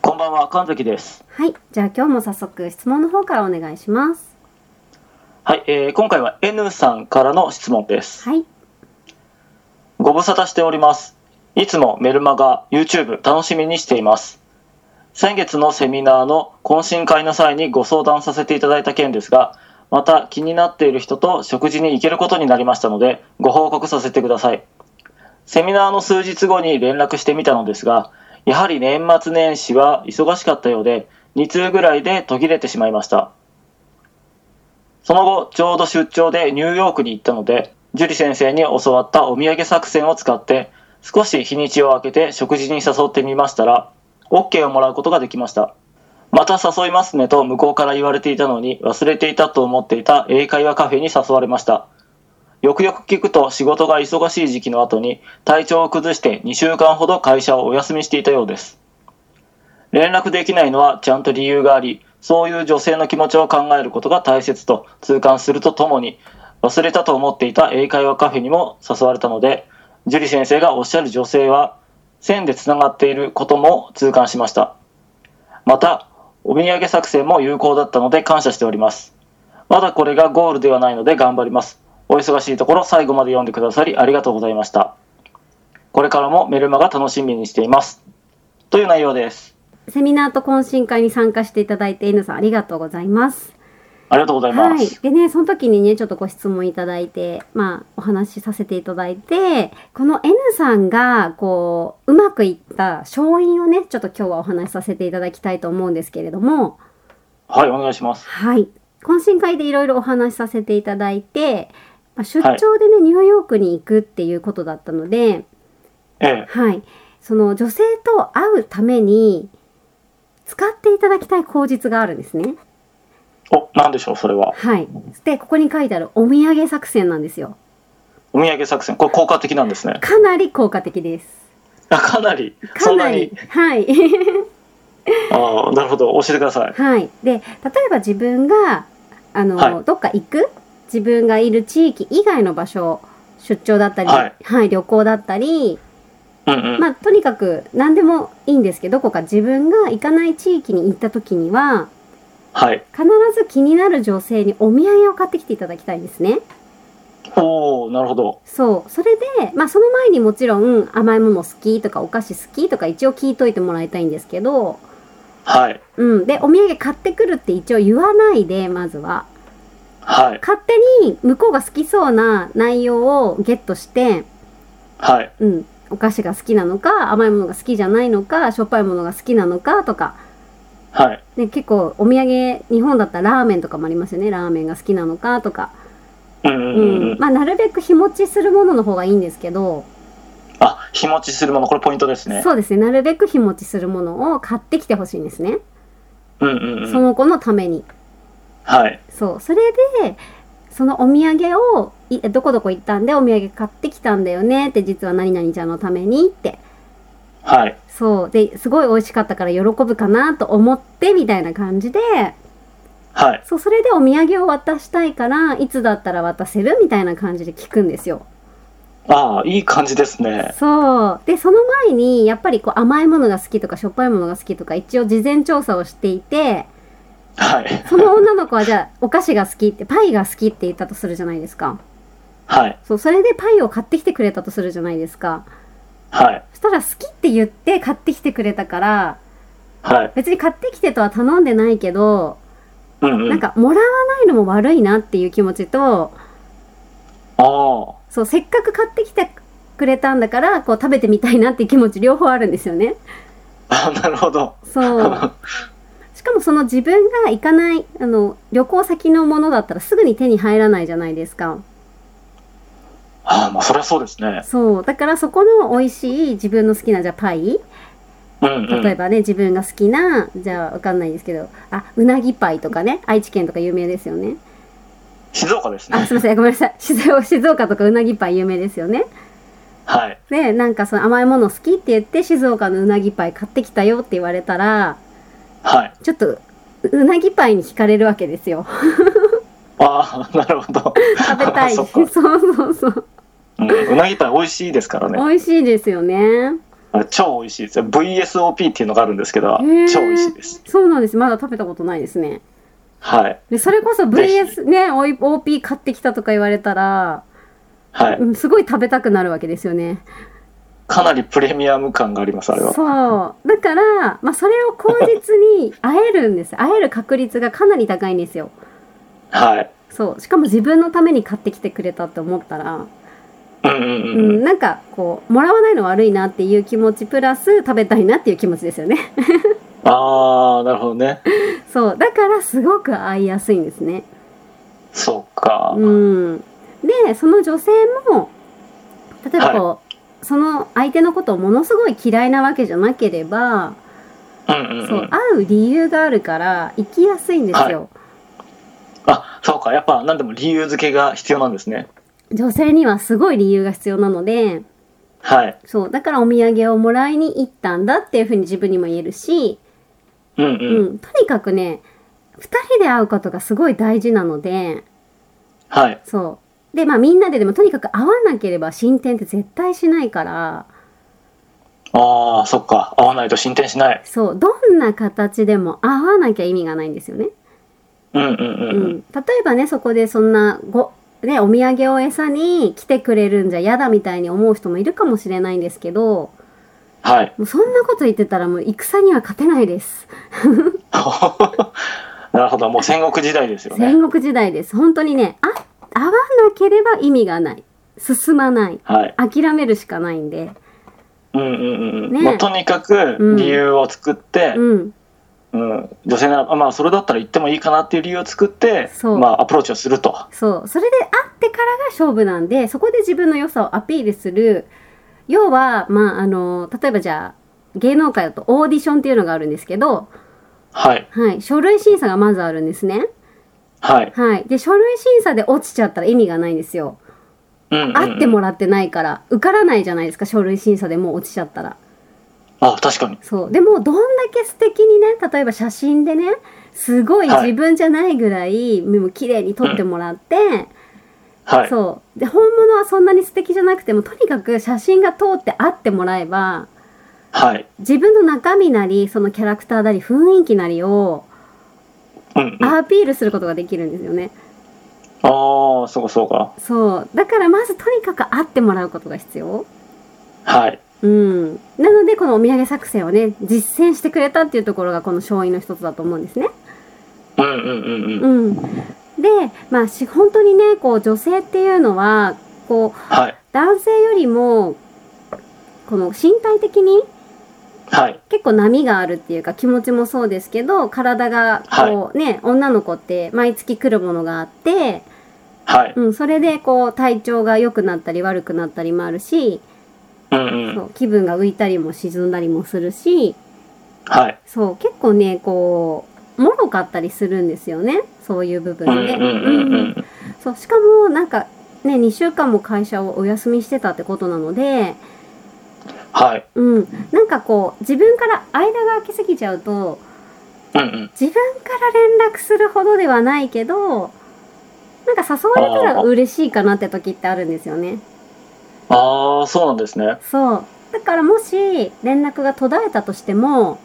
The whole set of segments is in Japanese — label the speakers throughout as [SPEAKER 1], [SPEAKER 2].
[SPEAKER 1] こんばんは、神崎です。
[SPEAKER 2] はいじゃあ今日も早速質問の方からお願いします
[SPEAKER 1] はい、えー今回は N さんからの質問です。
[SPEAKER 2] はい
[SPEAKER 1] ご無沙汰しております。いつもメルマガ、YouTube 楽しみにしています。先月のセミナーの懇親会の際にご相談させていただいた件ですが、また気になっている人と食事に行けることになりましたので、ご報告させてください。セミナーの数日後に連絡してみたのですが、やはり年末年始は忙しかったようで、2通ぐらいで途切れてしまいました。その後、ちょうど出張でニューヨークに行ったので、樹里先生に教わったお土産作戦を使って、少し日にちを空けて食事に誘ってみましたら、OK をもらうことができました。また誘いますねと向こうから言われていたのに、忘れていたと思っていた英会話カフェに誘われました。よくよく聞くと仕事が忙しい時期の後に体調を崩して2週間ほど会社をお休みしていたようです。連絡できないのはちゃんと理由があり、そういう女性の気持ちを考えることが大切と痛感するとともに、忘れたと思っていた英会話カフェにも誘われたので、樹里先生がおっしゃる女性は、線でつながっていることも痛感しました。また、お土産作戦も有効だったので感謝しております。まだこれがゴールではないので頑張ります。お忙しいところ最後まで読んでくださりありがとうございました。これからもメルマが楽しみにしています。という内容です。
[SPEAKER 2] セミナーと懇親会に参加していただいて N さんありがとうございます
[SPEAKER 1] ありがとうございます。
[SPEAKER 2] はいでねその時にねちょっとご質問いただいてまあお話しさせていただいてこの N さんがこううまくいった勝因をねちょっと今日はお話しさせていただきたいと思うんですけれども
[SPEAKER 1] はい、お願いします。
[SPEAKER 2] はい。懇親会でいろいろお話しさせていただいて、まあ出張でね、ニューヨークに行くっていうことだったので、
[SPEAKER 1] ええ、
[SPEAKER 2] はい。その女性と会うために、使っていただきたい口実があるんですね。
[SPEAKER 1] お、なんでしょう、それは。
[SPEAKER 2] はい。で、ここに書いてあるお土産作戦なんですよ。
[SPEAKER 1] お土産作戦、これ効果的なんですね。
[SPEAKER 2] かなり効果的です。
[SPEAKER 1] あかなり、そ
[SPEAKER 2] か
[SPEAKER 1] んな
[SPEAKER 2] な
[SPEAKER 1] に
[SPEAKER 2] り。。はい。
[SPEAKER 1] ああ、なるほど、教えてください。
[SPEAKER 2] はい。で、例えば自分が、あの、
[SPEAKER 1] はい
[SPEAKER 2] どっか行く自分がいる地域以外の場所、出張だったり、
[SPEAKER 1] はい
[SPEAKER 2] はい、旅行だったり、
[SPEAKER 1] うんうん。
[SPEAKER 2] まあ、とにかく何でもいいんですけど、どこか自分が行かない地域に行った時には、
[SPEAKER 1] はい。
[SPEAKER 2] 必ず気になる女性にお土産を買ってきていただきたいんですね。
[SPEAKER 1] おお、なるほど。
[SPEAKER 2] そう。それで、まあ、その前にもちろん甘いもの好きとかお菓子好きとか一応聞いといてもらいたいんですけど、
[SPEAKER 1] はい。
[SPEAKER 2] うん。で、お土産買ってくるって一応言わないで、まずは。
[SPEAKER 1] はい。
[SPEAKER 2] 勝手に向こうが好きそうな内容をゲットして、
[SPEAKER 1] はい。
[SPEAKER 2] うん。お菓子が好きなのか、甘いものが好きじゃないのか、しょっぱいものが好きなのかとか、
[SPEAKER 1] はい。
[SPEAKER 2] ね、結構お土産日本だったらラーメンとかもありますよねラーメンが好きなのかとか、
[SPEAKER 1] うんう
[SPEAKER 2] うん
[SPEAKER 1] うんうん。
[SPEAKER 2] まあ、なるべく日持ちするものの方がいいんですけど、
[SPEAKER 1] あ、日持ちするもの、これポイントですね。
[SPEAKER 2] そうですねなるべく日持ちするものを買ってきてほしいんですね、
[SPEAKER 1] うんうん
[SPEAKER 2] そ
[SPEAKER 1] うん。
[SPEAKER 2] の子のために
[SPEAKER 1] はい。
[SPEAKER 2] そうそれでそのお土産をいどこどこ行ったんでお土産買ってきたんだよねって実は何々ちゃんのためにって
[SPEAKER 1] はい。
[SPEAKER 2] そうですごい美味しかったから喜ぶかなと思ってみたいな感じで
[SPEAKER 1] はい。
[SPEAKER 2] そう、それでお土産を渡したいから、いつだったら渡せるみたいな感じで聞くんですよ。
[SPEAKER 1] ああ、いい感じですね。
[SPEAKER 2] そう。で、その前に、やっぱりこう甘いものが好きとかしょっぱいものが好きとか、一応事前調査をしていて、
[SPEAKER 1] はい。
[SPEAKER 2] その女の子はじゃあ、お菓子が好きって、パイが好きって言ったとするじゃないですか。
[SPEAKER 1] はい。
[SPEAKER 2] そう、それでパイを買ってきてくれたとするじゃないですか。
[SPEAKER 1] はい。
[SPEAKER 2] そしたら好きって言って買ってきてくれたから、
[SPEAKER 1] はい。
[SPEAKER 2] 別に買ってきてとは頼んでないけど、
[SPEAKER 1] うんう
[SPEAKER 2] なん
[SPEAKER 1] ん。あ
[SPEAKER 2] かもらわないのも悪いなっていう気持ちと、
[SPEAKER 1] あ。
[SPEAKER 2] そう、せっかく買ってきてくれたんだから、こう食べてみたいなっていう気持ち両方あるんですよね。
[SPEAKER 1] あなるほど。
[SPEAKER 2] そう。しかもその自分が行かない、あの、旅行先のものだったらすぐに手に入らないじゃないですか。
[SPEAKER 1] ああ、まあ、そりゃそうですね。
[SPEAKER 2] そう。だからそこの美味しい自分の好きなじゃあパイ
[SPEAKER 1] うんうん。
[SPEAKER 2] 例えばね、自分が好きな、じゃあわかんないですけど、あ、うなぎパイとかね、愛知県とか有名ですよね。
[SPEAKER 1] 静岡です
[SPEAKER 2] あ、
[SPEAKER 1] ね
[SPEAKER 2] す。みません、ごめんなさい。静岡静岡とかうなぎパイ有名ですよね。
[SPEAKER 1] はい。
[SPEAKER 2] で、なんかその甘いもの好きって言って、静岡のうなぎパイ買ってきたよって言われたら、
[SPEAKER 1] はい。
[SPEAKER 2] ちょっと、ううなぎパイに惹かれるわけですよ。
[SPEAKER 1] あ あ、なるほど。
[SPEAKER 2] 食べたい。
[SPEAKER 1] そ
[SPEAKER 2] そ
[SPEAKER 1] っか
[SPEAKER 2] うそうそう。
[SPEAKER 1] うん、うなぎパイ美味しいですからね。
[SPEAKER 2] 美味しいですよね。
[SPEAKER 1] あれ超美味しいです。VSOP っていうのがあるんですけど、
[SPEAKER 2] へ
[SPEAKER 1] 超
[SPEAKER 2] ー
[SPEAKER 1] 美味しいです。
[SPEAKER 2] そうなんです。まだ食べたことないですね。
[SPEAKER 1] はい。
[SPEAKER 2] で、それこそ
[SPEAKER 1] ぜひ
[SPEAKER 2] VS ね、おい OP 買ってきたとか言われたら、
[SPEAKER 1] はい。
[SPEAKER 2] うんすごい食べたくなるわけですよね。
[SPEAKER 1] かなりプレミアム感があります、あれは。
[SPEAKER 2] そう。だから、まあ、それを口実に会えるんです。会える確率がかなり高いんですよ。
[SPEAKER 1] はい。
[SPEAKER 2] そう。しかも自分のために買ってきてくれたって思ったら、
[SPEAKER 1] うんうん
[SPEAKER 2] う
[SPEAKER 1] うんうん。
[SPEAKER 2] ん、なんか、こう、もらわないの悪いなっていう気持ちプラス、食べたいなっていう気持ちですよね。
[SPEAKER 1] ああ、なるほどね。
[SPEAKER 2] そう。だから、すごく会いやすいんですね。
[SPEAKER 1] そうか。
[SPEAKER 2] うん。で、その女性も、例えばこう、その相手のことをものすごい嫌いなわけじゃなければ、
[SPEAKER 1] うんうんう。
[SPEAKER 2] そうん会う理由があるから行きやすいんですよ、
[SPEAKER 1] あ、そうか。やっぱ何でも理由付けが必要なんですね。
[SPEAKER 2] 女性にはすごい理由が必要なので
[SPEAKER 1] はい。
[SPEAKER 2] そうだからお土産をもらいに行ったんだっていうふうに自分にも言えるし、
[SPEAKER 1] うんう
[SPEAKER 2] うん
[SPEAKER 1] ん。
[SPEAKER 2] とにかくね2人で会うことがすごい大事なので
[SPEAKER 1] はい。
[SPEAKER 2] そうでまあみんなででもとにかく会わなければ進展って絶対しないから
[SPEAKER 1] ああ、そっか。合わないと進展しない。
[SPEAKER 2] そうどんな形でも会わなきゃ意味がないんですよね。
[SPEAKER 1] うんうんうん
[SPEAKER 2] う
[SPEAKER 1] うん。
[SPEAKER 2] ん、例えばねそこでそんなご、ね、お土産を餌に来てくれるんじゃ嫌だみたいに思う人もいるかもしれないんですけど
[SPEAKER 1] はい。
[SPEAKER 2] もうそんなこと言ってたらもう戦には勝てないです
[SPEAKER 1] なるほど。もう戦国時代ですよね。
[SPEAKER 2] 戦国時代です本当にねあ会わなければ意味がない進まない
[SPEAKER 1] はい。
[SPEAKER 2] 諦めるしかないんで
[SPEAKER 1] うんうんうん。
[SPEAKER 2] ねえ
[SPEAKER 1] もうとにかく
[SPEAKER 2] うん
[SPEAKER 1] 理由を作って、
[SPEAKER 2] うん
[SPEAKER 1] うん、女性なら、あまあ、それだったら行ってもいいかなっていう理由を作って、
[SPEAKER 2] そう
[SPEAKER 1] まあ、アプローチをすると。
[SPEAKER 2] そうそれで会ってからが勝負なんでそこで自分の良さをアピールする要はまああの例えばじゃあ芸能界だとオーディションっていうのがあるんですけど
[SPEAKER 1] はい。
[SPEAKER 2] はい、書類審査がまずあるんですね。
[SPEAKER 1] はい。
[SPEAKER 2] はい。で、書類審査で落ちちゃったら意味がないんですよ。
[SPEAKER 1] うんうんうん
[SPEAKER 2] 会ってもらってないから、受からないじゃないですか、書類審査でもう落ちちゃったら。
[SPEAKER 1] あ、確かに。
[SPEAKER 2] そう。でも、どんだけ素敵にね、例えば写真でね、すごい
[SPEAKER 1] はい
[SPEAKER 2] 自分じゃないぐらい、もう綺麗に撮ってもらって、
[SPEAKER 1] はい。
[SPEAKER 2] そう。で、本物はそんなに素敵じゃなくても、とにかく写真が通って会ってもらえば、
[SPEAKER 1] はい。
[SPEAKER 2] 自分の中身なり、そのキャラクターなり、雰囲気なりを
[SPEAKER 1] うん、うん。あ
[SPEAKER 2] アピールすることができるんですよね。
[SPEAKER 1] あー、そうかそうか。
[SPEAKER 2] そう。だからまずとにかく会ってもらうことが必要。
[SPEAKER 1] はい。
[SPEAKER 2] うん。なので、このお土産作戦をね、実践してくれたっていうところが、この勝因の一つだと思うんですね。
[SPEAKER 1] うんうんうんうん。
[SPEAKER 2] うん。で、まあ、し、本当にね、こう、女性っていうのは、こう、
[SPEAKER 1] はい。
[SPEAKER 2] 男性よりも、この身体的に
[SPEAKER 1] はい。
[SPEAKER 2] 結構波があるっていうか気持ちもそうですけど体がこうね、女の子って毎月来るものがあって、
[SPEAKER 1] はい。
[SPEAKER 2] うん、それでこう体調が良くなったり悪くなったりもあるし
[SPEAKER 1] うんう
[SPEAKER 2] そ
[SPEAKER 1] ん。
[SPEAKER 2] う気分が浮いたりも沈んだりもするし
[SPEAKER 1] はい。
[SPEAKER 2] そう結構ねこう脆かったりするんですよねそういう部
[SPEAKER 1] うんう
[SPEAKER 2] 分
[SPEAKER 1] ん
[SPEAKER 2] で、
[SPEAKER 1] うんう
[SPEAKER 2] うん
[SPEAKER 1] ん。
[SPEAKER 2] そうしかもなんかね2週間も会社をお休みしてたってことなので、
[SPEAKER 1] はい。
[SPEAKER 2] うん、なんかこう自分から間が空きすぎちゃうと
[SPEAKER 1] うんうん。
[SPEAKER 2] 自分から連絡するほどではないけど、なんか誘われたら嬉しいかなって時ってあるんですよね。
[SPEAKER 1] ああ、そうなんですね。
[SPEAKER 2] そう。だからもし連絡が途絶えたとしても、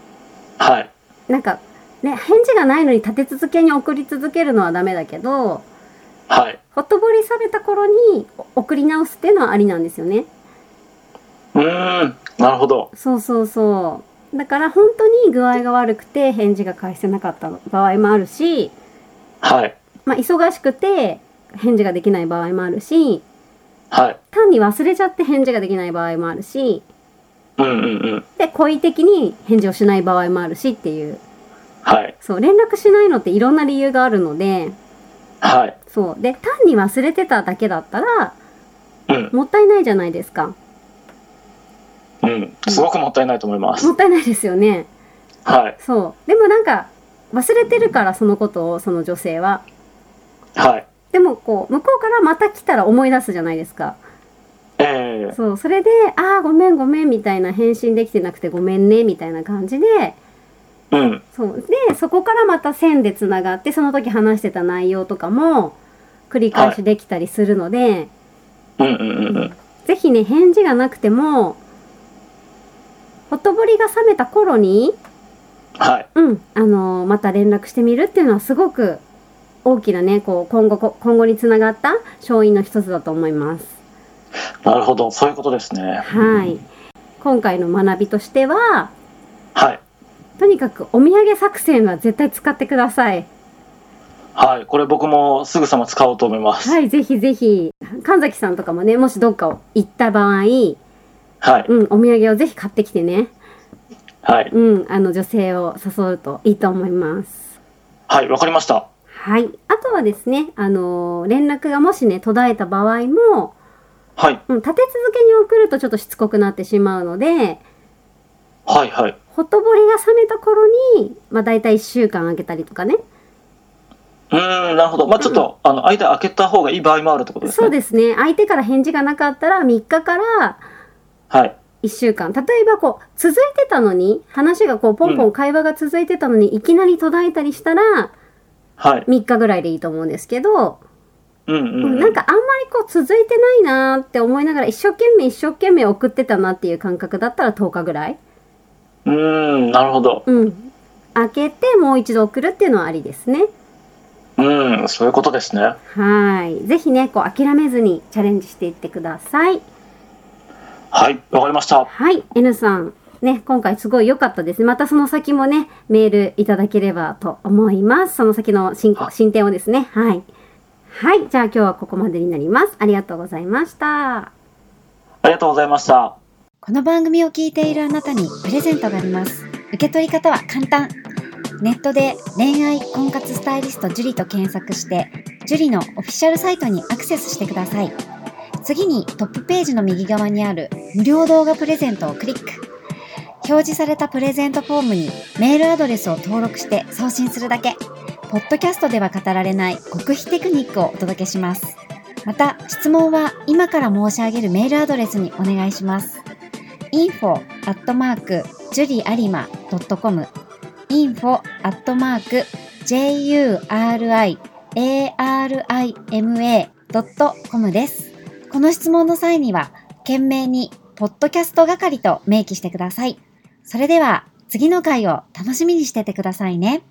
[SPEAKER 1] はい。
[SPEAKER 2] なんか、ね、返事がないのに立て続けに送り続けるのはダメだけど、
[SPEAKER 1] はい。
[SPEAKER 2] ほっとぼり冷めた頃に送り直すっていうのはありなんですよね。
[SPEAKER 1] うーん。なるほど。
[SPEAKER 2] そうそうそう。だから本当に具合が悪くて返事が返せなかった場合もあるし、
[SPEAKER 1] はい。
[SPEAKER 2] まあ、忙しくて返事ができない場合もあるし、
[SPEAKER 1] はい。
[SPEAKER 2] 単に忘れちゃって返事ができない場合もあるし、
[SPEAKER 1] うんうんうん。
[SPEAKER 2] で、故意的に返事をしない場合もあるしっていう。
[SPEAKER 1] はい。
[SPEAKER 2] そう、連絡しないのっていろんな理由があるので、
[SPEAKER 1] はい。
[SPEAKER 2] そう。で、単に忘れてただけだったら、
[SPEAKER 1] うん。
[SPEAKER 2] もったいないじゃないですか。
[SPEAKER 1] うん。すごくもったいないと思います
[SPEAKER 2] も。ったいないですよね。
[SPEAKER 1] はい。
[SPEAKER 2] そう。でもなんか、忘れてるからそのことを、その女性は。
[SPEAKER 1] はい。
[SPEAKER 2] でもこう、向こうからまた来たら思い出すじゃないですか。
[SPEAKER 1] ええ
[SPEAKER 2] そう、それで、ああ、ごめんごめんみたいな、返信できてなくてごめんね、みたいな感じで、
[SPEAKER 1] うん。
[SPEAKER 2] そう。で、そこからまた線で繋がって、その時話してた内容とかも、繰り返しできたりするので、
[SPEAKER 1] うんうんうんうん。
[SPEAKER 2] ぜひね、返事がなくても、ほとぼりが冷めた頃に、
[SPEAKER 1] はい。
[SPEAKER 2] うん、あのーまた連絡してみるっていうのはすごく大きなね、こう、今後、こ今後につながった勝因の一つだと思います。
[SPEAKER 1] なるほど。そういうことですね。
[SPEAKER 2] はい。今回の学びとしては、
[SPEAKER 1] はい。
[SPEAKER 2] とにかくお土産作戦は絶対使ってください。
[SPEAKER 1] はい。これ僕もすぐさま使おうと思います。
[SPEAKER 2] はい、ぜひぜひ、神崎さんとかもね、もしどっかを行った場合、
[SPEAKER 1] はい。
[SPEAKER 2] うん、お土産をぜひ買ってきてね、
[SPEAKER 1] はい。
[SPEAKER 2] うん、あの女性を誘うといいと思います。
[SPEAKER 1] はい。わかりました。
[SPEAKER 2] はい。あとはですね、あのー連絡がもしね、途絶えた場合も、
[SPEAKER 1] はい。
[SPEAKER 2] うん、立て続けに送るとちょっとしつこくなってしまうので、
[SPEAKER 1] はい。はい。
[SPEAKER 2] ほとぼりが冷めた頃に、まあ大体1週間空けたりとかね。
[SPEAKER 1] うーん。なるほど。まあちょっと、あの、間開けた方がいい場合もあるってことですね。
[SPEAKER 2] そうですね。相手から返事がなかったら3日から
[SPEAKER 1] はい。
[SPEAKER 2] 1週間。例えばこう、続いてたのに、話がこう、ポンポ
[SPEAKER 1] う
[SPEAKER 2] ン会話が続いてたのに、いきなり途絶えたりしたら、
[SPEAKER 1] はい。
[SPEAKER 2] 3日ぐらいでいいと思うんですけど、
[SPEAKER 1] うんうんうん。
[SPEAKER 2] なんかあんまりこう続いてないなーって思いながら一生懸命一生懸命送ってたなっていう感覚だったら10日ぐらいう
[SPEAKER 1] ーん。なるほど。
[SPEAKER 2] うん開けてもう一度送るっていうのはありですね
[SPEAKER 1] うん。そういうことですね。
[SPEAKER 2] はーいぜひねこう諦めずにチャレンジしていってください
[SPEAKER 1] はい。わかりました。
[SPEAKER 2] はい N さんね今回すごい良かったですねまたその先もねメールいただければと思いますその先の進行進展をですねはいはいじゃあ今日はここまでになりますありがとうございました
[SPEAKER 1] ありがとうございました。
[SPEAKER 3] この番組を聞いているあなたにプレゼントがあります。受け取り方は簡単。ネットで恋愛婚活スタイリスト樹と検索して、樹のオフィシャルサイトにアクセスしてください。次にトップページの右側にある無料動画プレゼントをクリック。表示されたプレゼントフォームにメールアドレスを登録して送信するだけ。ポッドキャストでは語られない極秘テクニックをお届けします。また、質問は今から申し上げるメールアドレスにお願いします。info アットマーク juriarima.com info アットマーク juriarima.com です。この質問の際には、懸命にポッドキャスト係と明記してください。それでは、次の回を楽しみにしててくださいね。